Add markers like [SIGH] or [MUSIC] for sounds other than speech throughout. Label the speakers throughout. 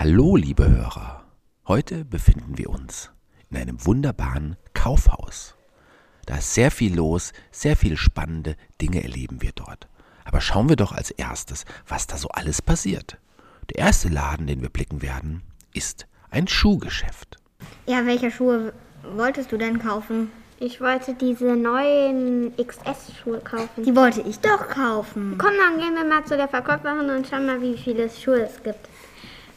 Speaker 1: Liebe Hörer, heute befinden wir uns in einem wunderbaren Kaufhaus. Da ist sehr viel los, sehr viele spannende Dinge erleben wir dort. Aber schauen wir doch als erstes, was da so alles passiert. Der erste Laden, den wir blicken werden, ist ein Schuhgeschäft.
Speaker 2: Ja, welche Schuhe wolltest du denn kaufen?
Speaker 3: Ich wollte diese neuen XS-Schuhe kaufen.
Speaker 2: Die wollte ich doch
Speaker 4: Mhm.
Speaker 2: kaufen.
Speaker 3: Komm, dann gehen wir mal zu der Verkäuferin und schauen mal, wie viele Schuhe es gibt.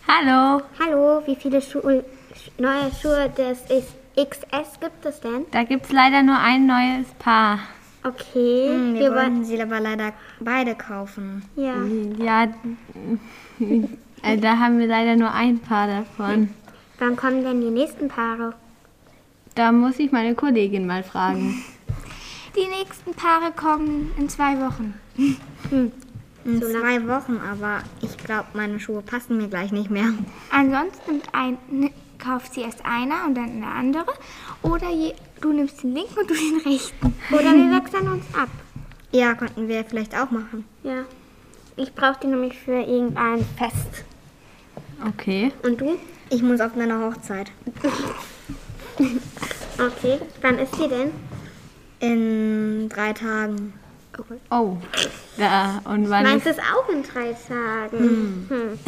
Speaker 5: Hallo,
Speaker 3: Hallo, wie viele Schuhe, Sch- neue Schuhe des X- XS gibt es denn?
Speaker 5: da gibt's leider nur ein neues Paar.
Speaker 3: Okay,
Speaker 2: Hm,
Speaker 4: Mhm,
Speaker 2: Wir
Speaker 3: wir
Speaker 2: wollten sie aber leider beide kaufen.
Speaker 3: wollen- Ja.
Speaker 4: Mhm.
Speaker 5: Ja, äh, da haben wir leider nur ein Paar davon.
Speaker 3: Wann kommen denn die nächsten Paare?
Speaker 5: Da muss ich meine Kollegin mal fragen.
Speaker 3: Die nächsten Paare kommen in zwei Wochen.
Speaker 2: In zwei Wochen, aber ich glaube, meine Schuhe passen mir gleich nicht mehr.
Speaker 4: Ansonsten nimmt ein, ne, kauft sie erst einer und dann der andere. Oder je, du nimmst den linken und du den rechten.
Speaker 3: Oder
Speaker 4: [LAUGHS]
Speaker 3: wir wechseln uns ab.
Speaker 2: Ja, könnten wir vielleicht auch machen.
Speaker 3: Ja. Ich brauche die nämlich für irgendein Fest.
Speaker 5: Okay.
Speaker 3: Und du?
Speaker 2: Ich muss auf meine Hochzeit.
Speaker 3: Okay. Wann ist die denn?
Speaker 2: In drei Tagen.
Speaker 5: Oh, da. Und wann
Speaker 3: Meins
Speaker 5: ist
Speaker 3: ist auch in drei Tagen. Hm.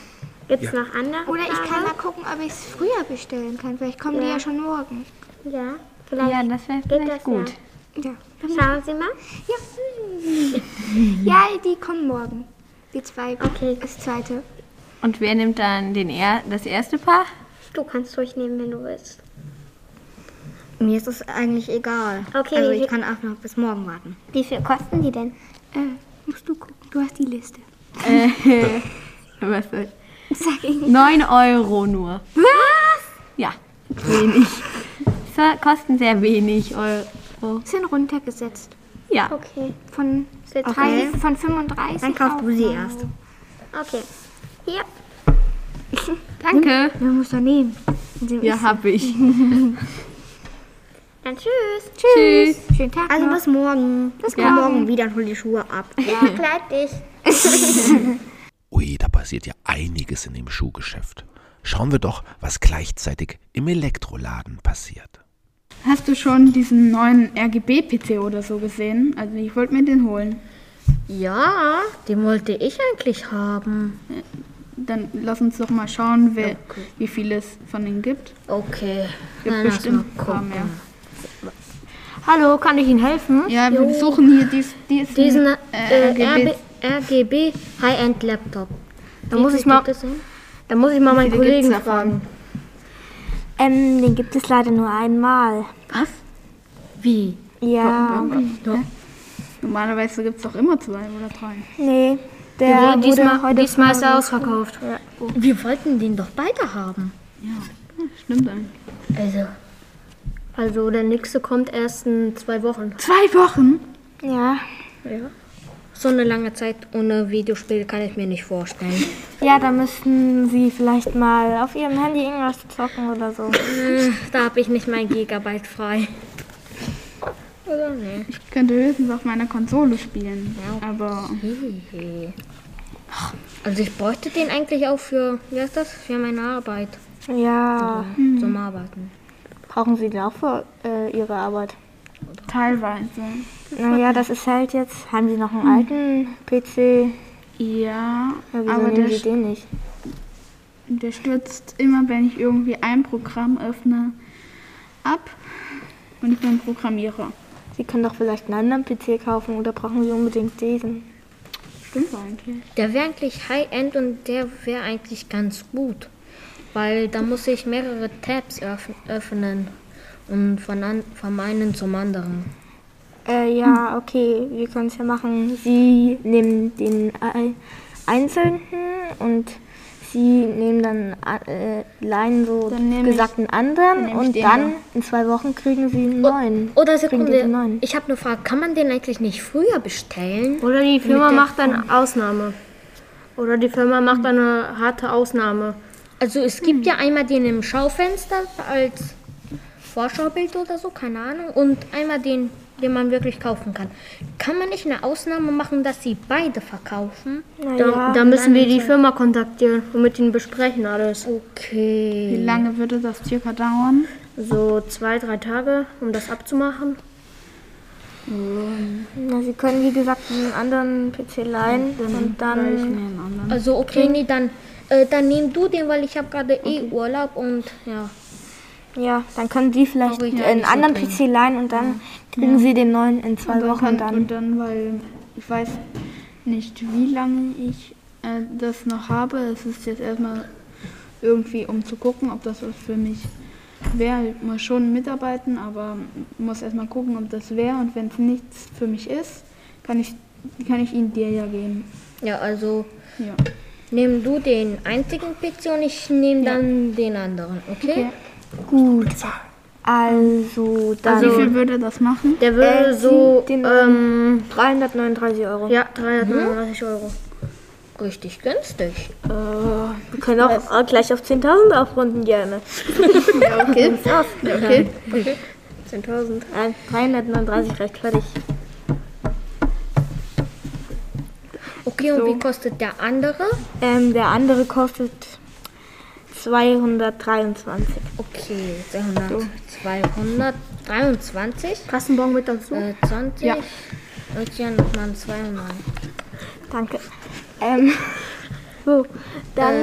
Speaker 5: [LAUGHS]
Speaker 3: Gibt es noch andere?
Speaker 4: Oder ich kann
Speaker 3: Paare?
Speaker 4: mal gucken, ob ich es früher bestellen kann. Vielleicht kommen die
Speaker 3: Ja.
Speaker 4: ja schon morgen.
Speaker 3: Ja, vielleicht.
Speaker 5: Ja, das wäre
Speaker 3: geht
Speaker 5: vielleicht
Speaker 3: das
Speaker 5: gut.
Speaker 3: ja.
Speaker 4: Ja.
Speaker 3: Schauen Sie mal. [LAUGHS]
Speaker 4: Ja, ja die kommen morgen. Die zwei.
Speaker 3: Okay.
Speaker 4: Das zweite.
Speaker 5: Und wer nimmt dann den er das erste Paar?
Speaker 3: Du kannst ruhig nehmen, wenn du willst.
Speaker 2: Mir ist es eigentlich egal.
Speaker 3: Okay,
Speaker 2: Also ich
Speaker 3: wir-
Speaker 2: kann auch noch bis morgen warten.
Speaker 3: Wie viel kosten die denn?
Speaker 4: Äh, musst du gucken. Du hast die Liste.
Speaker 5: Was? soll-
Speaker 4: Sag ich nicht.
Speaker 5: 9 Euro nur.
Speaker 4: Was?
Speaker 5: Ja, wenig. So, kosten sehr wenig Euro.
Speaker 4: Bisschen runtergesetzt.
Speaker 5: Ja.
Speaker 3: Okay.
Speaker 4: Von,
Speaker 3: Für drei.
Speaker 4: 30, von 35.
Speaker 2: Dann kaufst
Speaker 4: auf
Speaker 2: du sie
Speaker 4: 9
Speaker 2: erst.
Speaker 4: Euro.
Speaker 3: Okay. Hier.
Speaker 5: Danke.
Speaker 4: Man muss doch nehmen. Und sie-
Speaker 5: Ja, hab ich.
Speaker 3: Dann tschüss.
Speaker 5: Tschüss.
Speaker 4: Schönen Tag.
Speaker 2: Also
Speaker 4: noch.
Speaker 2: bis morgen. Bis komm
Speaker 5: morgen.
Speaker 2: morgen wieder und hol die Schuhe ab.
Speaker 3: Ja,
Speaker 4: Hm.
Speaker 3: kleid dich.
Speaker 1: Ui, da passiert ja einiges in dem Schuhgeschäft. Schauen wir doch, was gleichzeitig im Elektroladen passiert.
Speaker 6: Hast du schon diesen neuen RGB-PC oder so gesehen? Also ich wollte mir den holen.
Speaker 7: Ja, den wollte ich eigentlich haben.
Speaker 6: Dann lass uns doch mal schauen, wer, wie viel es von denen gibt.
Speaker 7: Okay.
Speaker 6: Gibt
Speaker 7: dann lass
Speaker 6: bestimmt
Speaker 7: mal
Speaker 6: ein paar
Speaker 7: gucken.
Speaker 6: mehr.
Speaker 7: Hallo, kann ich Ihnen helfen?
Speaker 6: Ja, wir suchen hier dies, diesen,
Speaker 7: Diesen
Speaker 6: äh,
Speaker 7: äh,
Speaker 6: RGB.
Speaker 7: RB, RGB High-End Laptop. Da
Speaker 3: Wie
Speaker 7: muss
Speaker 3: viel
Speaker 7: ich mal,
Speaker 3: gibt es denn?
Speaker 7: da muss ich mal meinen
Speaker 6: viele gibt's
Speaker 7: Kollegen
Speaker 6: davon?
Speaker 7: fragen.
Speaker 4: Ähm, den gibt es leider nur einmal.
Speaker 7: Was? Wie?
Speaker 4: Ja.
Speaker 6: Normalerweise gibt es doch immer zwei oder drei.
Speaker 4: Nee. Der
Speaker 7: Wir
Speaker 4: wurde
Speaker 7: wollen diesmal,
Speaker 4: heute
Speaker 7: diesmal ist er
Speaker 4: verkauft.
Speaker 7: ausverkauft. Oh. Wir wollten den doch beide haben.
Speaker 6: Stimmt eigentlich.
Speaker 7: Also, also der nächste kommt erst in zwei Wochen.
Speaker 6: Zwei Wochen?
Speaker 4: Ja.
Speaker 7: So eine lange Zeit ohne Videospiel kann ich mir nicht vorstellen.
Speaker 4: Ja, da müssten sie vielleicht mal auf ihrem Handy irgendwas zocken oder so.
Speaker 2: Äh,
Speaker 7: da habe ich nicht mein Gigabyte frei.
Speaker 6: Ich könnte höchstens auf meiner Konsole spielen. Aber
Speaker 7: Also ich bräuchte den eigentlich auch für, wie heißt das? Für meine Arbeit.
Speaker 4: Ja.
Speaker 6: Hm.
Speaker 7: Zum Arbeiten.
Speaker 4: Brauchen sie den auch für äh, ihre Arbeit?
Speaker 6: teilweise.
Speaker 4: Naja, das ist halt jetzt. Haben sie noch
Speaker 7: Hm.
Speaker 4: einen alten PC?
Speaker 6: Ja,
Speaker 4: Ja, wieso
Speaker 6: aber der,
Speaker 4: nehmen sie den nicht?
Speaker 6: der stürzt immer, wenn ich irgendwie ein Programm öffne, ab. Und ich bin Programmierer.
Speaker 4: Sie können doch vielleicht einen anderen PC kaufen oder brauchen sie unbedingt diesen?
Speaker 6: Stimmt eigentlich.
Speaker 7: Der wäre eigentlich High-End und der wäre eigentlich ganz gut. Weil da muss ich mehrere Tabs öff- öffnen. Und von, an, vom einen zum anderen.
Speaker 4: Äh, ja, okay, wir können es ja machen. Sie nehmen den
Speaker 2: äh,
Speaker 4: ei- einzelnen und sie nehmen dann äh, leihen so
Speaker 6: Dann nehm ich-
Speaker 4: gesagt einen anderen
Speaker 6: nehm ich
Speaker 4: und
Speaker 6: den
Speaker 4: dann in zwei Wochen kriegen sie einen neuen.
Speaker 7: Oder
Speaker 4: Kriegen die den
Speaker 7: Sekunde,
Speaker 4: neuen.
Speaker 7: ich habe eine Frage. Kann man den eigentlich nicht früher bestellen?
Speaker 5: Oder die
Speaker 7: Firma
Speaker 5: macht eine Ausnahme. Oder die Firma macht eine harte Ausnahme.
Speaker 7: Also es
Speaker 4: Hm.
Speaker 7: gibt ja einmal den im Schaufenster als Vorschaubild oder so, keine Ahnung. Und einmal den den man wirklich kaufen kann. Kann man nicht eine Ausnahme machen, dass sie beide verkaufen?
Speaker 2: Na
Speaker 4: Da,
Speaker 2: ja,
Speaker 4: da müssen wir die Firma kontaktieren und mit ihnen besprechen alles.
Speaker 6: Oh.
Speaker 7: Okay.
Speaker 6: Wie
Speaker 5: Mhm.
Speaker 6: lange würde das circa dauern?
Speaker 4: So zwei, drei Tage, um das abzumachen.
Speaker 2: na, sie können wie gesagt einen anderen PC leihen und dann
Speaker 7: Also okay, nee, dann, äh, dann nimm du den, weil ich habe gerade eh Urlaub und ja.
Speaker 2: ja, dann können sie vielleicht
Speaker 7: Brauche ich ja
Speaker 2: einen
Speaker 7: nicht so
Speaker 2: anderen
Speaker 7: dringend.
Speaker 2: PC leihen und dann kriegen sie den neuen in zwei Wochen
Speaker 6: kann-
Speaker 2: dann.
Speaker 6: Und dann, weil ich weiß nicht, wie lange ich äh, das noch habe. Es ist jetzt erstmal irgendwie, um zu gucken, ob das was für mich wäre. Ich muss schon mitarbeiten, aber muss erstmal gucken, ob das wäre. Und wenn es nichts für mich ist, kann ich, kann ich ihn dir ja geben.
Speaker 7: Ja, also
Speaker 6: Ja.
Speaker 7: nimm du den einzigen PC und ich nehme dann den anderen, okay?
Speaker 2: Gut. Also dann
Speaker 6: Wie viel würde das machen?
Speaker 4: Der würde
Speaker 2: Äh,
Speaker 4: so,
Speaker 2: den-
Speaker 4: ähm,
Speaker 2: 339 Euro.
Speaker 4: ja, 339 Euro.
Speaker 7: Richtig günstig.
Speaker 2: Wir können auch äh, gleich auf 10.000 aufrunden gerne.
Speaker 6: Okay. okay.
Speaker 4: 10.000.
Speaker 2: Äh, 339 reicht fertig.
Speaker 7: Okay, und wie kostet der andere?
Speaker 2: Ähm, der andere kostet 223.
Speaker 7: Okay, 200, 223,
Speaker 4: Kassenbon mit dazu.
Speaker 7: äh, 20. Ja. Und ja nochmal zweimal.
Speaker 2: Danke. Ähm, [LAUGHS] so, dann,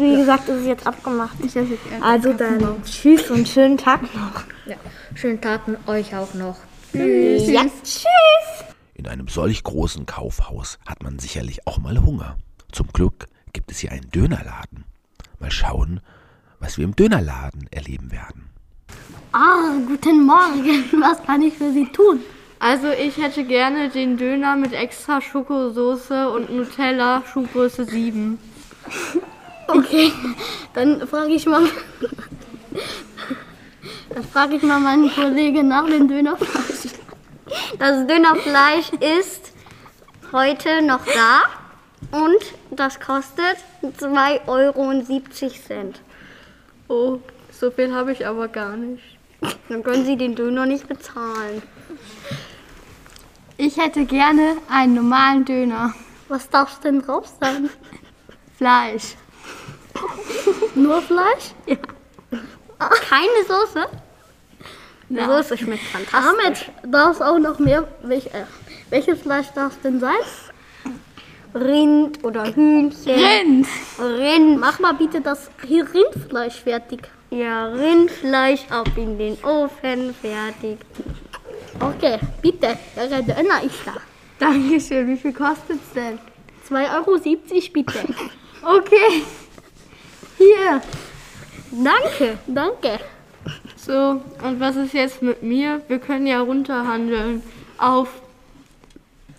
Speaker 2: wie gesagt, ist es jetzt abgemacht.
Speaker 6: Ich esse jetzt erst.
Speaker 2: Also dann tschüss und schönen Tag noch.
Speaker 7: Ja. Schönen Tag und euch auch noch.
Speaker 2: Ja, tschüss.
Speaker 1: In einem solch großen Kaufhaus hat man sicherlich auch mal Hunger. Zum Glück gibt es hier einen Dönerladen. Mal schauen, was wir im Dönerladen erleben werden.
Speaker 4: Ah, guten Morgen. Was kann ich für Sie tun?
Speaker 5: Also ich hätte gerne den Döner mit extra Schokosoße und Nutella, Schuhgröße 7.
Speaker 4: Okay, dann frage ich mal. Dann frage ich mal meinen Kollegen nach dem Dönerfleisch. Das Dönerfleisch ist heute noch da und das kostet 2,70 Euro.
Speaker 5: Oh, so viel habe ich aber gar nicht.
Speaker 4: Dann können Sie den Döner nicht bezahlen.
Speaker 5: Ich hätte gerne einen normalen Döner.
Speaker 4: Was darf denn drauf sein?
Speaker 5: Fleisch.
Speaker 4: Nur Fleisch? Ja. Keine Soße? Die Soße schmeckt fantastisch. Damit darf es auch noch mehr. Welch, äh, welches Fleisch darf es denn sein? Rind oder Hühnchen?
Speaker 5: Rind.
Speaker 4: Rind. Mach mal bitte das hier Rindfleisch fertig. Ja, Rindfleisch ab in den Ofen fertig. Okay, bitte, der Döner ist da.
Speaker 5: Dankeschön. Wie viel kostet's denn?
Speaker 4: 2,70 Euro bitte.
Speaker 5: Okay. Hier.
Speaker 4: [LAUGHS] Danke, danke.
Speaker 5: So, und was ist jetzt mit mir? Wir können ja runterhandeln. Auf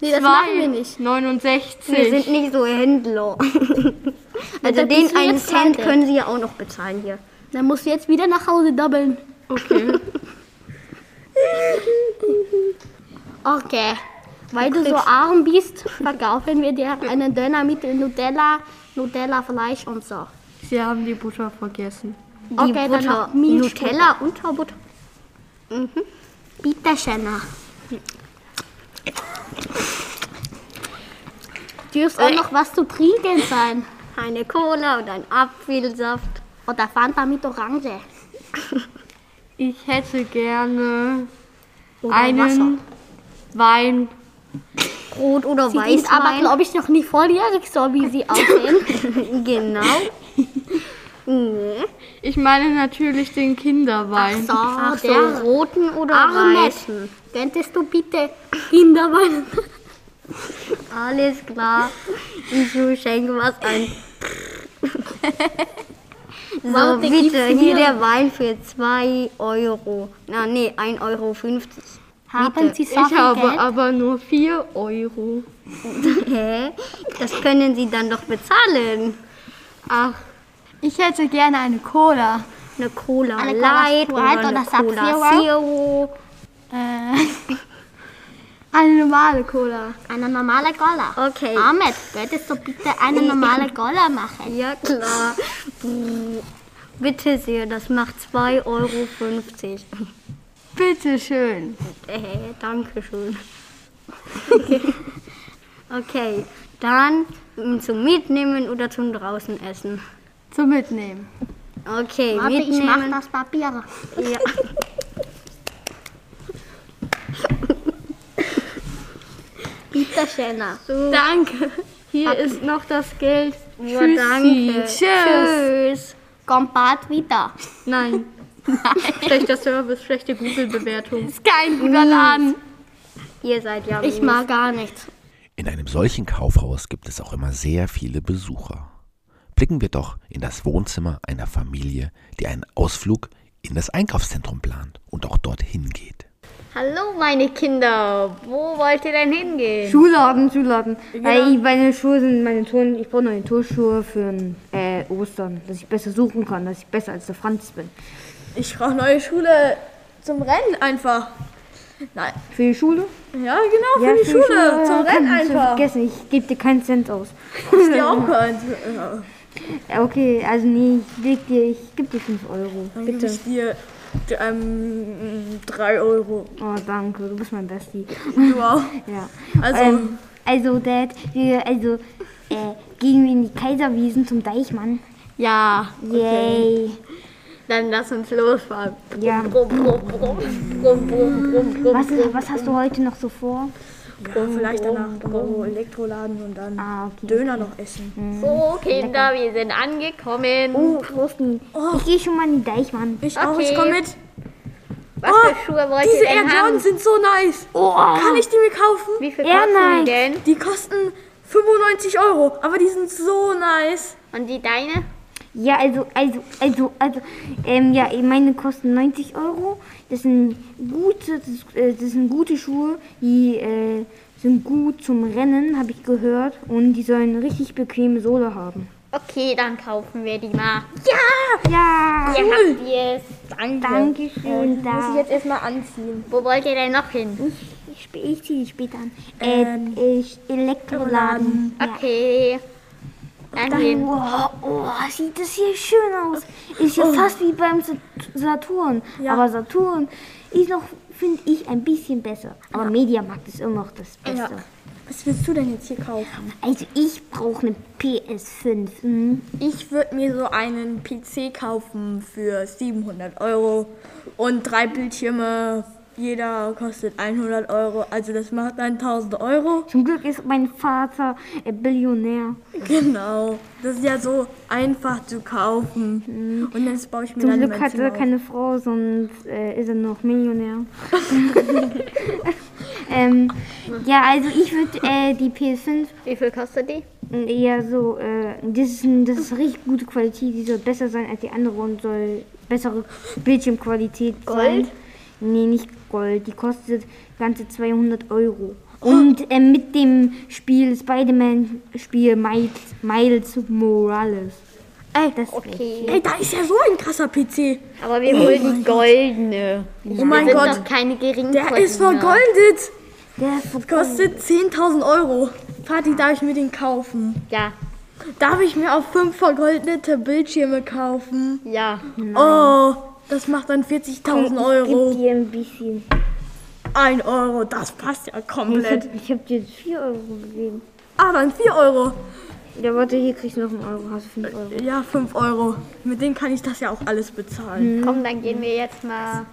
Speaker 4: Nee, das machen wir nicht.
Speaker 5: 69.
Speaker 4: nicht so [LAUGHS] Händler. also
Speaker 8: den einen Cent können
Speaker 4: sie ja auch noch bezahlen hier. Dann musst du jetzt wieder nach Hause doppeln.
Speaker 5: okay.
Speaker 4: [LAUGHS] Okay. Weil du so arm bist, verkaufen wir dir einen Döner mit Nutella, Nutella Fleisch und so.
Speaker 5: Sie haben die Butter vergessen.
Speaker 4: Die
Speaker 8: Okay, dann noch Mhm. Milch-
Speaker 4: Nutella und Butter.
Speaker 8: Bitte, Schenna.
Speaker 4: Dürfte auch noch was zu trinken sein.
Speaker 8: Äh. Eine Cola und ein Apfelsaft.
Speaker 4: Oder Fanta mit Orange.
Speaker 5: Ich hätte gerne einen Wein.
Speaker 8: Rot oder
Speaker 4: Sie sind aber,
Speaker 8: Weißwein.
Speaker 4: glaube ich, noch nicht volljährig, so wie
Speaker 8: [LAUGHS]
Speaker 4: sie aussehen.
Speaker 8: genau.
Speaker 5: Ich meine natürlich den Kinderwein.
Speaker 4: So, Ach
Speaker 8: So roten oder
Speaker 4: Ahmed,
Speaker 8: weißen.
Speaker 4: könntest du bitte Kinderwein?
Speaker 8: [LAUGHS] Alles klar. Ich schenke was ein. [LAUGHS] so,
Speaker 4: Warte, gib's
Speaker 8: bitte,
Speaker 4: mir.
Speaker 8: hier der Wein für 2 Euro. Na, nee, 1,50 Euro.
Speaker 4: Haben Sie so
Speaker 5: Ich
Speaker 4: viel
Speaker 5: habe
Speaker 4: Geld?
Speaker 5: aber nur 4 Euro.
Speaker 8: Hä? Das können Sie dann doch bezahlen.
Speaker 5: Ach, ich hätte gerne eine Cola.
Speaker 8: Eine Cola
Speaker 4: Eine Cola
Speaker 8: Light
Speaker 4: Sprite
Speaker 8: oder
Speaker 5: halt
Speaker 8: eine
Speaker 4: oder Sub
Speaker 8: Cola
Speaker 4: Zero?
Speaker 8: Zero.
Speaker 5: Äh, [LAUGHS] Eine normale Cola.
Speaker 4: Eine normale Cola.
Speaker 8: Okay.
Speaker 4: Ahmed, könntest du bitte
Speaker 8: [LAUGHS]
Speaker 4: eine normale Cola machen?
Speaker 8: Ja, klar. Puh. Bitte sehr, das macht 2,50 Euro.
Speaker 5: Bitte schön.
Speaker 9: Äh, danke schön. [LAUGHS] Okay, dann mm, zum Mitnehmen oder zum draußen essen.
Speaker 5: Zum Mitnehmen.
Speaker 9: Okay,
Speaker 10: Warte, ich mach
Speaker 9: mitnehmen.
Speaker 10: das Papier.
Speaker 9: ja.
Speaker 10: [LAUGHS] Bitte schöner.
Speaker 5: Danke. Hier ist noch das Geld.
Speaker 9: Ja,
Speaker 5: Tschüssi.
Speaker 9: danke.
Speaker 5: Tschüss.
Speaker 10: Komm bald wieder.
Speaker 5: Nein.
Speaker 9: Schlechter Service, schlechte Google-Bewertung.
Speaker 5: Ist kein guter Laden.
Speaker 9: Ihr seid ja
Speaker 10: Ich mag gar nichts.
Speaker 1: In einem solchen Kaufhaus gibt es auch immer sehr viele Besucher. Blicken wir doch in das Wohnzimmer einer Familie, die einen Ausflug in das Einkaufszentrum plant und auch dorthin geht.
Speaker 4: Hallo meine Kinder, wo wollt ihr denn hingehen?
Speaker 11: Schuhladen, Schuhladen.
Speaker 2: genau.
Speaker 11: Weil ich, meine Schuhe sind meine Turn. Ich brauche neue Turnschuhe für ein, äh, Ostern, dass ich besser suchen kann, dass ich besser als der Franz bin.
Speaker 2: Ich brauche neue Schule zum Rennen einfach. Nein.
Speaker 11: Für die Schule?
Speaker 2: Ja, genau, für die Schule. zum
Speaker 11: ja,
Speaker 2: Rennen
Speaker 11: kannst du
Speaker 2: einfach.
Speaker 11: Vergessen, ich gebe dir keinen
Speaker 2: [LAUGHS]
Speaker 11: Cent aus.
Speaker 2: Ich dir auch keinen.
Speaker 11: Ja, Okay, also nee, ich leg dir, ich gebe dir 5 Euro.
Speaker 2: Dann gebe ich dir ähm, 3 Euro.
Speaker 11: Oh, danke, du bist mein Bestie.
Speaker 2: Du auch.
Speaker 11: Ja.
Speaker 2: Also,
Speaker 11: Ähm, also, Dad, wir, also, äh, gehen wir in die Kaiserwiesen zum Deichmann.
Speaker 5: Ja.
Speaker 11: Yay.
Speaker 5: Dann lass uns losfahren.
Speaker 11: Ja.
Speaker 4: Brumm, brumm, brumm, brumm, brumm, brumm, brumm.
Speaker 11: Was, ist, was hast du heute noch so vor?
Speaker 2: ja, [LAUGHS] vielleicht danach Euro Elektroladen und dann
Speaker 11: Ah, okay.
Speaker 2: Döner noch essen.
Speaker 4: So Kinder, wir sind angekommen.
Speaker 11: Oh, Thorsten, ich gehe schon mal in die Deichmann.
Speaker 2: Ich auch, ich
Speaker 4: Okay.
Speaker 2: komm mit.
Speaker 4: Was
Speaker 2: Oh,
Speaker 4: für Schuhe wollt
Speaker 2: Diese
Speaker 4: ihr
Speaker 2: Air
Speaker 4: denn
Speaker 2: Jordans
Speaker 4: haben?
Speaker 2: sind so nice.
Speaker 5: Oh.
Speaker 2: Kann ich die mir kaufen?
Speaker 4: Wie viel
Speaker 11: Ja,
Speaker 4: kosten
Speaker 11: nice.
Speaker 4: die denn?
Speaker 2: Die kosten 95 Euro, aber die sind so nice.
Speaker 4: Und die deine?
Speaker 11: Ja, also, also, also, also, ähm, ja, meine kosten 90 Euro. Das sind gute, das, ist, äh, das sind gute Schuhe, die äh, sind gut zum Rennen, habe ich gehört. Und die sollen eine richtig bequeme Sohle haben.
Speaker 4: Okay, dann kaufen wir die mal.
Speaker 11: Ja,
Speaker 4: Ihr habt die es. Danke.
Speaker 11: danke schön. da.
Speaker 2: jetzt erstmal anziehen.
Speaker 4: Wo wollt ihr denn noch hin?
Speaker 11: Ich, sp- ich ziehe dich später an. Äh, ich, Elektroladen. Ja.
Speaker 4: Okay. Dann gehen.
Speaker 11: Wow, oh, sieht das hier schön aus. Ist ja fast wie beim Sa- Saturn. Aber Saturn ist noch, finde ich, ein bisschen besser. Aber Mediamarkt ist immer noch das Beste.
Speaker 2: Was willst du denn jetzt hier kaufen?
Speaker 11: Also ich brauche eine PS5. Hm.
Speaker 2: Ich würde mir so einen PC kaufen für 700 Euro und drei Bildschirme. Jeder kostet 100 Euro, also das macht dann 1000
Speaker 11: [LAUGHS]
Speaker 2: Euro.
Speaker 11: Zum Glück ist mein Vater äh, Billionär.
Speaker 2: Genau, das ist ja so einfach zu kaufen. Und das baue ich mir
Speaker 11: Mhm. Zum
Speaker 2: dann in
Speaker 11: Glück
Speaker 2: mein
Speaker 11: hat
Speaker 2: Zimmer
Speaker 11: er
Speaker 2: auf.
Speaker 11: keine Frau, sonst äh, ist er noch Millionär. [LAUGHS] ähm, ja, also ich würde äh, die PS5
Speaker 4: Wie viel kostet die?
Speaker 11: eher so, äh, das, ist ein, das ist eine richtig gute Qualität, die soll besser sein als die andere und soll bessere Bildschirmqualität sein. Gold? Nee, nicht Gold, die kostet ganze 200 Euro. Und äh, mit dem Spiel, Spider-Man-Spiel Miles, Miles Morales. Ey, das
Speaker 4: Okay.
Speaker 2: Ey, da ist ja so ein krasser PC.
Speaker 4: Aber wir holen die goldene.
Speaker 2: Oh mein
Speaker 4: sind
Speaker 2: Gott,
Speaker 4: doch keine geringen
Speaker 2: der ist vergoldet.
Speaker 11: Der ist voll cool.
Speaker 2: Kostet 10.000 Euro. Vati, darf ich mir den kaufen?
Speaker 4: Ja,
Speaker 2: Darf ich mir auch fünf vergoldete Bildschirme kaufen?
Speaker 4: ja.
Speaker 2: Oh, das macht dann 40.000
Speaker 11: Gib
Speaker 2: Euro.
Speaker 11: dir ein bisschen.
Speaker 2: Ein Euro, das passt ja
Speaker 11: Ich
Speaker 2: komplett.
Speaker 11: [LAUGHS] hab, ich hab dir jetzt 4 Euro gegeben.
Speaker 2: Ah, dann 4 Euro.
Speaker 11: Ja, warte, hier kriegst du noch einen Euro, hast du 5 Euro.
Speaker 2: Ja, 5 Euro. Mit denen kann ich das ja auch alles bezahlen.
Speaker 11: Mhm.
Speaker 4: Komm, dann gehen wir jetzt mal.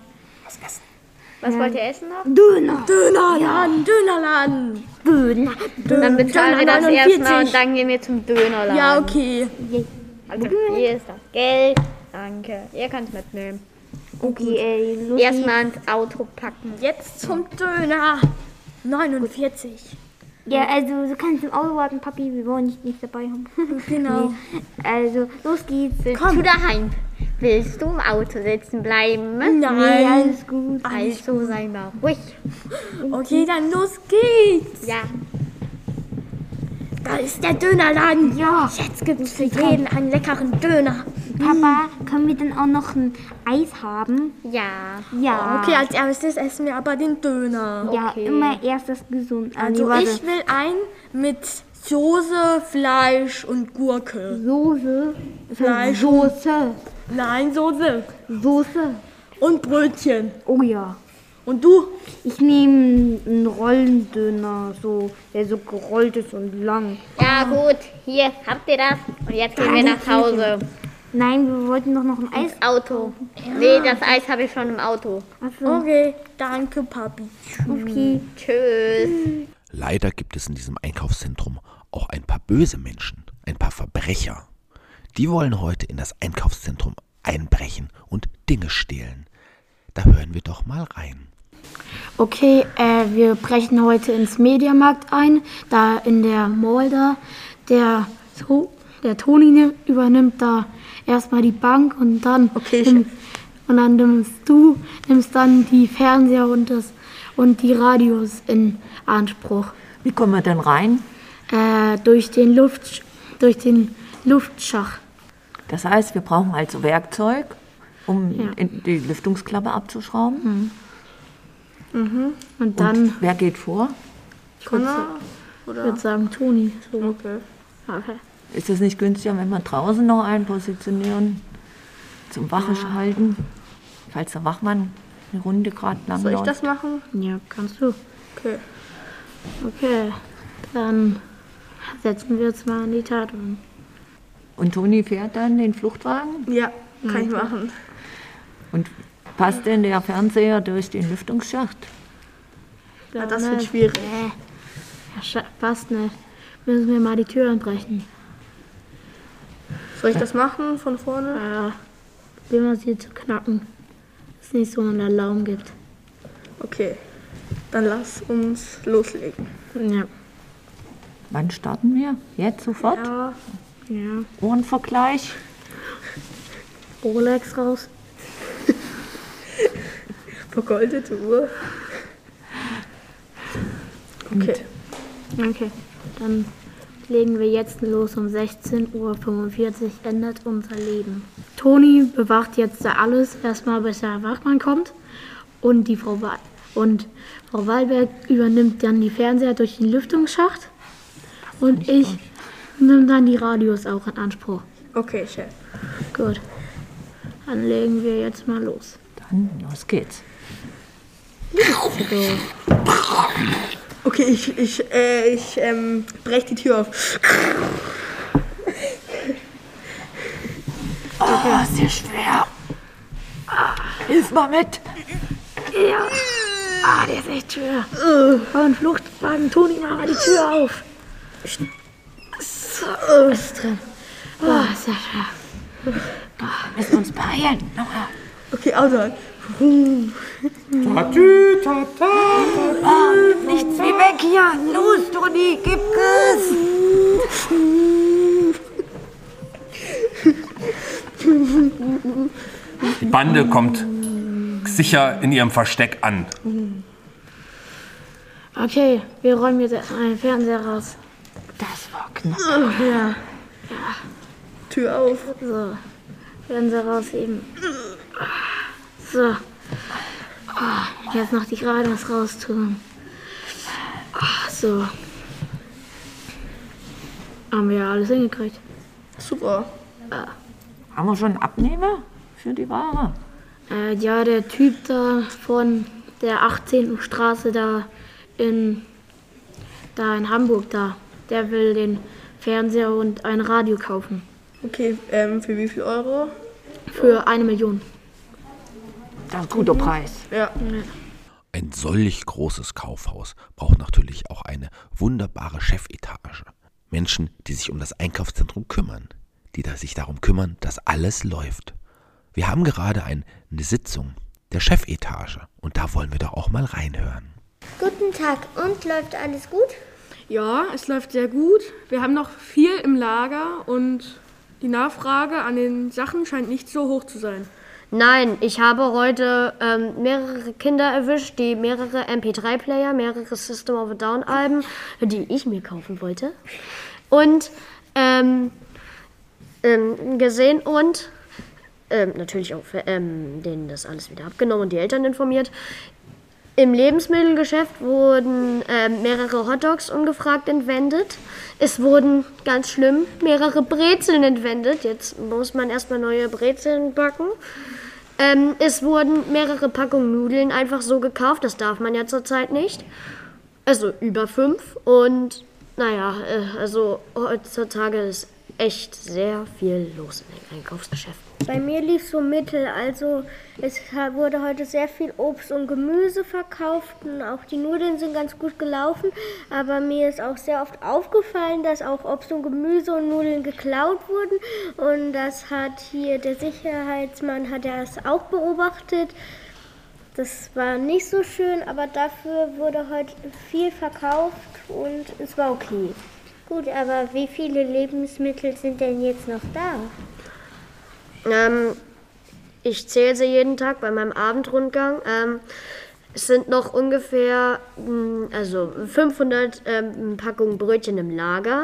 Speaker 4: Was wollt ihr essen noch?
Speaker 11: Döner!
Speaker 2: Dönerladen, Dönerladen.
Speaker 11: Döner!
Speaker 4: Dann bezahlen wir das
Speaker 2: 49.
Speaker 4: erstmal und dann gehen wir zum Dönerladen.
Speaker 2: Ja, okay.
Speaker 4: Also hier ist das Geld. Danke. Ihr könnt mitnehmen.
Speaker 11: Okay, ey, los
Speaker 4: Erstmal ins Auto packen.
Speaker 2: Jetzt zum Döner. 49.
Speaker 11: Ja, also du kannst im Auto warten, Papi, wir wollen dich nicht dabei haben.
Speaker 2: Genau.
Speaker 11: Also, los geht's.
Speaker 4: Willst du daheim? Willst du im Auto sitzen bleiben?
Speaker 11: Nee,
Speaker 2: Nein.
Speaker 11: alles gut.
Speaker 4: Also sei mal ruhig.
Speaker 2: Okay, dann los geht's.
Speaker 4: Ja.
Speaker 2: Da ist der Dönerladen.
Speaker 11: Ja,
Speaker 2: Jetzt gibt's für jeden einen leckeren Döner.
Speaker 11: Papa, können wir denn auch noch ein Eis haben?
Speaker 4: Ja.
Speaker 11: Ja.
Speaker 2: Oh, Okay, als erstes essen wir aber den Döner.
Speaker 11: Ja,
Speaker 4: Okay.
Speaker 11: immer erst das Gesund. Ah, nee,
Speaker 2: Also
Speaker 11: warte.
Speaker 2: ich will einen mit Soße, Fleisch und Gurke.
Speaker 11: Soße.
Speaker 2: Fleisch.
Speaker 11: Soße.
Speaker 2: Nein, Soße.
Speaker 11: Soße.
Speaker 2: Und Brötchen.
Speaker 11: Oh ja.
Speaker 12: Und du?
Speaker 13: Ich nehme einen Rollendöner, so, der so gerollt ist und lang.
Speaker 4: Ja, gut. Hier, habt ihr das? Und jetzt gehen wir nach Hause.
Speaker 13: Nein, wir wollten doch noch ein Eis.
Speaker 4: Ins Auto. Nee, das Eis habe ich schon im Auto.
Speaker 12: Okay, danke, Papi.
Speaker 13: Okay.
Speaker 4: Tschüss.
Speaker 1: Leider gibt es in diesem Einkaufszentrum auch ein paar böse Menschen, ein paar Verbrecher. Die wollen heute in das Einkaufszentrum einbrechen und Dinge stehlen. Da hören wir doch mal rein.
Speaker 7: Okay, äh, wir brechen heute ins Mediamarkt ein, da in der Mall da. Der, To- der Toni ne- übernimmt da erstmal die Bank und dann,
Speaker 12: Okay,
Speaker 7: nimm- und dann nimmst du, nimmst dann die Fernseher und, das, und die Radios in Anspruch.
Speaker 14: Wie kommen wir denn rein?
Speaker 7: Äh, durch, den Luft, durch den Luftschach.
Speaker 14: Das heißt, wir brauchen also Werkzeug, um
Speaker 7: Ja.
Speaker 14: in die Lüftungsklappe abzuschrauben.
Speaker 7: Mhm. Und dann
Speaker 14: Und wer geht vor?
Speaker 7: Connor? Ich würde sagen Toni. Okay.
Speaker 14: Ist es nicht günstiger, wenn wir draußen noch einen positionieren, zum Wache halten, falls der Wachmann eine Runde gerade lang
Speaker 2: Soll ich
Speaker 14: läuft?
Speaker 2: das machen?
Speaker 7: Ja, kannst du.
Speaker 2: Okay.
Speaker 7: Okay, dann setzen wir uns mal an die Tat um.
Speaker 14: Und Toni fährt dann den Fluchtwagen?
Speaker 2: Ja, kann ich machen.
Speaker 14: Und passt denn der Fernseher durch den Lüftungsschacht?
Speaker 2: Ja, Ah, das wird schwierig.
Speaker 7: ne? Ja, scha- passt nicht. Müssen wir mal die Tür anbrechen.
Speaker 2: Soll ich das machen von vorne?
Speaker 7: Ja, probieren wir Äh, sie zu knacken. Dass es nicht so einen Alarm gibt.
Speaker 2: Okay. Dann lass uns loslegen.
Speaker 7: Ja.
Speaker 14: Wann starten wir? Jetzt sofort?
Speaker 2: Ja.
Speaker 7: Ja.
Speaker 14: Ohrenvergleich?
Speaker 7: Rolex raus.
Speaker 2: Vergoldete Uhr. Okay.
Speaker 7: Okay. Dann legen wir jetzt los. Um 16.45 Uhr endet unser Leben. Toni bewacht jetzt da alles. Erstmal bis der Wachmann kommt. Und die Frau Wa und Frau Wahlberg übernimmt dann die Fernseher durch den Lüftungsschacht. Und ich nehme dann die Radios auch in Anspruch.
Speaker 2: Okay, Chef.
Speaker 7: Gut. Dann legen wir jetzt mal los.
Speaker 14: Dann los geht's.
Speaker 2: Okay, ich, ich, äh, ich ähm, brech die Tür auf.
Speaker 14: Oh, ist ja schwer. Ah, Hilf mal mit.
Speaker 7: Ja. Ah, der ist echt schwer. Und Fluchtwagen, Toni, mach mal die Tür auf. So, ist drin. Oh, ist ja schwer. Ah,
Speaker 14: Müssen uns beeilen. Nora.
Speaker 2: Okay, also. Auto an.
Speaker 14: Nichts wie weg hier. Los, Toni, gib Gas.
Speaker 15: Die Bande kommt sicher in ihrem Versteck an.
Speaker 7: Okay, wir räumen jetzt erstmal den Fernseher raus.
Speaker 14: Das war knapp.
Speaker 2: Oh, Tür auf.
Speaker 7: So, Fernseher rausheben. So. Ah, jetzt noch die Radios raus tun. Ah, so. Haben wir ja alles hingekriegt.
Speaker 2: Super.
Speaker 14: Ah. Haben wir schon einen Abnehmer für die Ware?
Speaker 7: Äh, ja, der Typ da von der 18. Straße da in, da in Hamburg da, der will den Fernseher und ein Radio kaufen.
Speaker 2: Okay, ähm, für wie viel Euro?
Speaker 7: Für eine Million.
Speaker 14: Das ist ein guter Preis.
Speaker 2: Ja.
Speaker 1: Ein solch großes Kaufhaus braucht natürlich auch eine wunderbare Chefetage. Menschen, die sich um das Einkaufszentrum kümmern, die da sich darum kümmern, dass alles läuft. Wir haben gerade ein, eine Sitzung der Chefetage und da wollen wir doch auch mal reinhören.
Speaker 4: Guten Tag. Und läuft alles gut?
Speaker 6: Ja, es läuft sehr gut. Wir haben noch viel im Lager und die Nachfrage an den Sachen scheint nicht so hoch zu sein.
Speaker 11: Nein, ich habe heute ähm, mehrere Kinder erwischt, die mehrere MP3-Player, mehrere System of a Down-Alben, die ich mir kaufen wollte, und ähm, ähm, gesehen und ähm, natürlich auch ähm, denen das alles wieder abgenommen und die Eltern informiert. Im Lebensmittelgeschäft wurden ähm, mehrere Hotdogs ungefragt entwendet. Es wurden ganz schlimm mehrere Brezeln entwendet. Jetzt muss man erstmal neue Brezeln backen. Ähm, es wurden mehrere Packungen Nudeln einfach so gekauft. Das darf man ja zurzeit nicht. Also über fünf. Und naja, äh, also heutzutage ist echt sehr viel los in den Einkaufsgeschäften.
Speaker 7: Bei mir lief so mittel. Also es wurde heute sehr viel Obst und Gemüse verkauft und auch die Nudeln sind ganz gut gelaufen. Aber mir ist auch sehr oft aufgefallen, dass auch Obst und Gemüse und Nudeln geklaut wurden. Und das hat hier der Sicherheitsmann hat das auch beobachtet. Das war nicht so schön, aber dafür wurde heute viel verkauft und es war okay. Gut, aber wie viele Lebensmittel sind denn jetzt noch da?
Speaker 11: Ähm, ich zähle sie jeden Tag bei meinem Abendrundgang. Ähm, es sind noch ungefähr mh, also 500 ähm, Packungen Brötchen im Lager.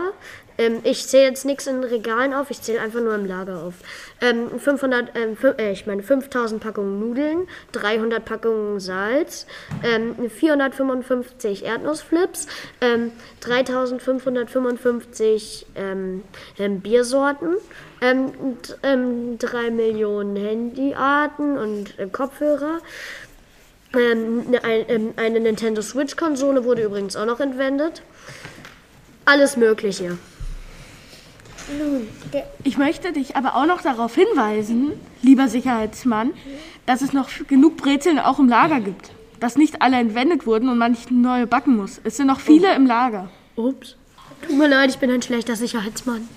Speaker 11: Ähm, ich zähle jetzt nichts in Regalen auf, ich zähle einfach nur im Lager auf. Ähm, 500, ähm, fü- äh, ich meine 5000 Packungen Nudeln, 300 Packungen Salz, ähm, 455 Erdnussflips, ähm, 3555 ähm, ähm, Biersorten, ähm, und, ähm, 3 Millionen Handyarten und äh, Kopfhörer. Ähm, ne- ein, ähm, eine Nintendo Switch-Konsole wurde übrigens auch noch entwendet. Alles Mögliche.
Speaker 16: Ich möchte dich aber auch noch darauf hinweisen, lieber Sicherheitsmann, dass es noch genug Brezeln auch im Lager gibt. Dass nicht alle entwendet wurden und man nicht neue backen muss. Es sind noch viele im Lager.
Speaker 11: Ups. Tut mir leid, ich bin ein schlechter Sicherheitsmann.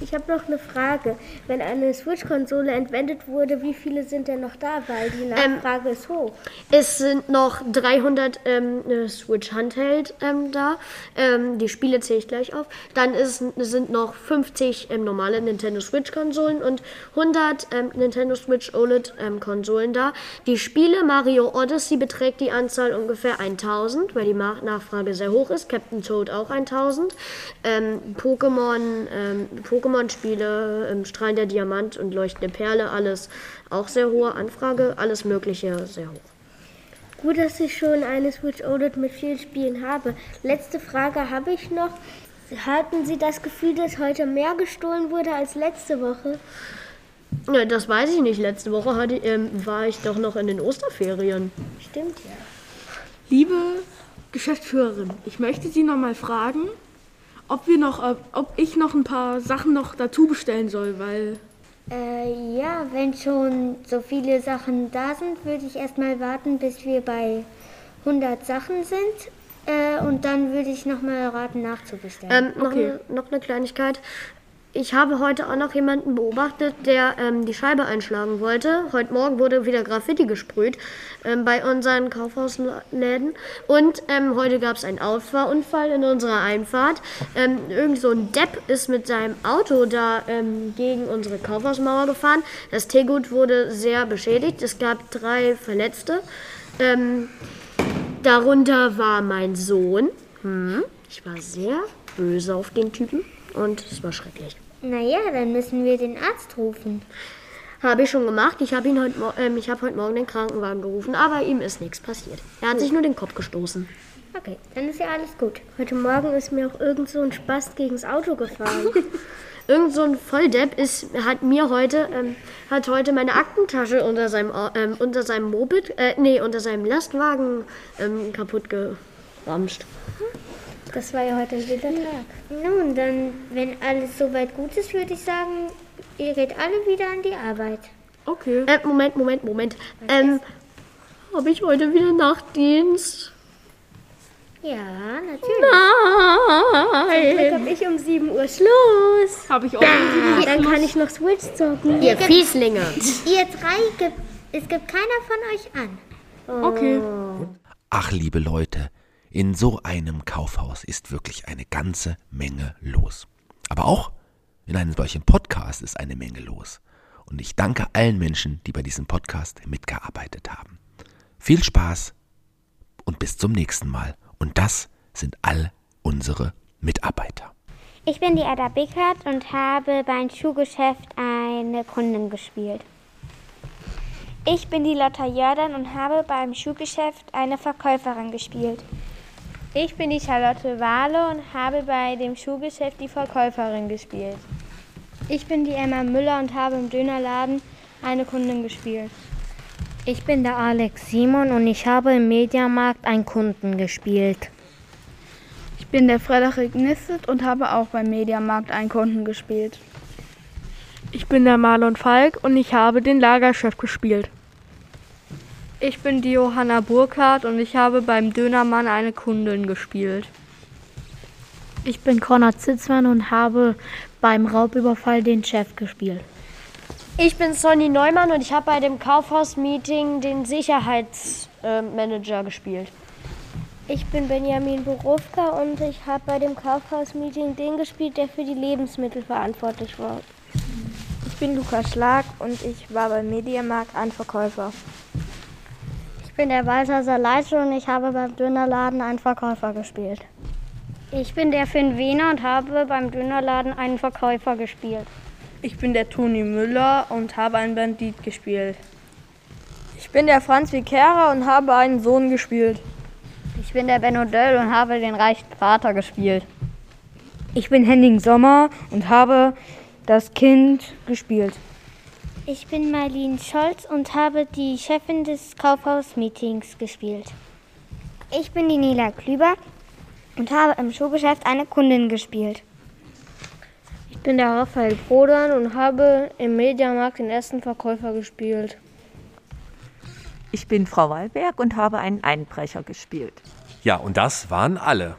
Speaker 7: Ich habe noch eine Frage. Wenn eine Switch-Konsole entwendet wurde, wie viele sind denn noch da? Weil die Nachfrage ist hoch.
Speaker 11: Es sind noch 300 ähm, ne Switch Handheld ähm, da. Ähm, die Spiele zähle ich gleich auf. Dann ist, sind noch 50 ähm, normale Nintendo Switch Konsolen und 100 ähm, Nintendo Switch OLED ähm, Konsolen da. Die Spiele Mario Odyssey beträgt die Anzahl ungefähr 1000, weil die Ma- Nachfrage sehr hoch ist. Captain Toad auch 1000. Ähm, Pokémon ähm, Pokémon Spiele, ähm, strahlender Diamant und leuchtende Perle, alles auch sehr hohe Anfrage, alles Mögliche sehr hoch.
Speaker 7: Gut, dass ich schon eine Switch OLED mit vielen Spielen habe. Letzte Frage habe ich noch. Hatten Sie das Gefühl, dass heute mehr gestohlen wurde als letzte Woche?
Speaker 11: Ja, das weiß ich nicht. Letzte Woche hatte, ähm, war ich doch noch in den Osterferien.
Speaker 7: Stimmt ja.
Speaker 16: Liebe Geschäftsführerin, ich möchte Sie noch mal fragen, ob wir noch, äh, ob ich noch ein paar Sachen noch dazu bestellen soll, weil
Speaker 7: Äh, ja, wenn schon so viele Sachen da sind, würde ich erstmal warten, bis wir bei 100 Sachen sind. Äh, und dann würde ich nochmal raten,
Speaker 11: Ähm,
Speaker 7: nachzubestellen.
Speaker 11: noch, eine, noch eine Kleinigkeit. Ich habe heute auch noch jemanden beobachtet, der ähm, die Scheibe einschlagen wollte. Heute Morgen wurde wieder Graffiti gesprüht ähm, bei unseren Kaufhausläden. Und ähm, heute gab es einen Auffahrunfall in unserer Einfahrt. Ähm, irgend so ein Depp ist mit seinem Auto da ähm, gegen unsere Kaufhausmauer gefahren. Das Teegut wurde sehr beschädigt. Es gab drei Verletzte. Ähm, Darunter war mein Sohn. Hm. Ich war sehr böse auf den Typen und es war schrecklich.
Speaker 7: Naja, dann müssen wir den Arzt rufen.
Speaker 11: Habe ich schon gemacht. Ich habe ihn heute, Mo- ähm, ich habe heute Morgen den Krankenwagen gerufen, aber ihm ist nichts passiert. Er hat sich nur den Kopf gestoßen.
Speaker 7: Okay, dann ist ja alles gut. Heute Morgen ist mir auch irgend so ein Spast gegen das Auto gefahren.
Speaker 11: Irgend so ein Volldepp ist, hat mir heute, ähm, hat heute meine Aktentasche unter seinem, Au- ähm, unter seinem Moped, äh, nee, unter seinem Lastwagen ähm, kaputt geramscht.
Speaker 7: Das war ja heute ein wilder Tag. Nun, dann, wenn alles soweit gut ist, würde ich sagen, ihr geht alle wieder an die Arbeit.
Speaker 16: Okay.
Speaker 11: Äh, Moment, Moment, Moment. Ähm, habe ich heute wieder Nachtdienst?
Speaker 7: Ja, natürlich. Zum
Speaker 11: Nein.
Speaker 7: Glück hab ich um 7 Uhr Schluss.
Speaker 16: Habe ich auch
Speaker 7: um 7 Uhr Dann kann ich noch Switch zocken.
Speaker 11: Ihr Fieslinge.
Speaker 7: Ihr drei, gibt, es gibt keiner von euch an.
Speaker 16: Okay.
Speaker 1: Ach, liebe Leute, in so einem Kaufhaus ist wirklich eine ganze Menge los. Aber auch in einem solchen Podcast ist eine Menge los. Und ich danke allen Menschen, die bei diesem Podcast mitgearbeitet haben. Viel Spaß und bis zum nächsten Mal. Und das sind all unsere Mitarbeiter.
Speaker 17: Ich bin die Ada Bickert und habe beim Schuhgeschäft eine Kundin gespielt. Ich bin die Lotta Jördan und habe beim Schuhgeschäft eine Verkäuferin gespielt. Ich bin die Charlotte Wahle und habe bei dem Schuhgeschäft die Verkäuferin gespielt. Ich bin die Emma Müller und habe im Dönerladen eine Kundin gespielt.
Speaker 18: Ich bin der Alex Simon und ich habe im Mediamarkt einen Kunden gespielt.
Speaker 6: Ich bin der Frederik Nisset und habe auch beim Mediamarkt einen Kunden gespielt.
Speaker 19: Ich bin der Marlon Falk und ich habe den Lagerchef gespielt.
Speaker 5: Ich bin die Johanna Burkhardt und ich habe beim Dönermann eine Kundin gespielt.
Speaker 20: Ich bin Konrad Zitzmann und habe beim Raubüberfall den Chef gespielt.
Speaker 11: Ich bin Sonny Neumann und ich habe bei dem Kaufhaus-Meeting den Sicherheitsmanager gespielt.
Speaker 7: Ich bin Benjamin Borowka und ich habe bei dem Kaufhaus-Meeting den gespielt, der für die Lebensmittel verantwortlich war.
Speaker 21: Ich bin Lukas Schlag und ich war beim Mediamarkt ein Verkäufer.
Speaker 7: Ich bin der Balthasar Leitsch und ich habe beim Dönerladen einen Verkäufer gespielt.
Speaker 17: Ich bin der Finn Wehner und habe beim Dönerladen einen Verkäufer gespielt.
Speaker 21: Ich bin der Toni Müller und habe einen Bandit gespielt. Ich bin der Franz Vikera und habe einen Sohn gespielt.
Speaker 22: Ich bin der Benno Döll und habe den reichen Vater gespielt.
Speaker 23: Ich bin Henning Sommer und habe das Kind gespielt.
Speaker 17: Ich bin Marlene Scholz und habe die Chefin des Kaufhaus-Meetings gespielt.
Speaker 18: Ich bin die Nela Klüber und habe im Schuhgeschäft eine Kundin gespielt.
Speaker 24: Ich bin der Raphael Prodan und habe im Mediamarkt den ersten Verkäufer gespielt.
Speaker 25: Ich bin Frau Wallberg und habe einen Einbrecher gespielt.
Speaker 26: Ja, und das waren alle.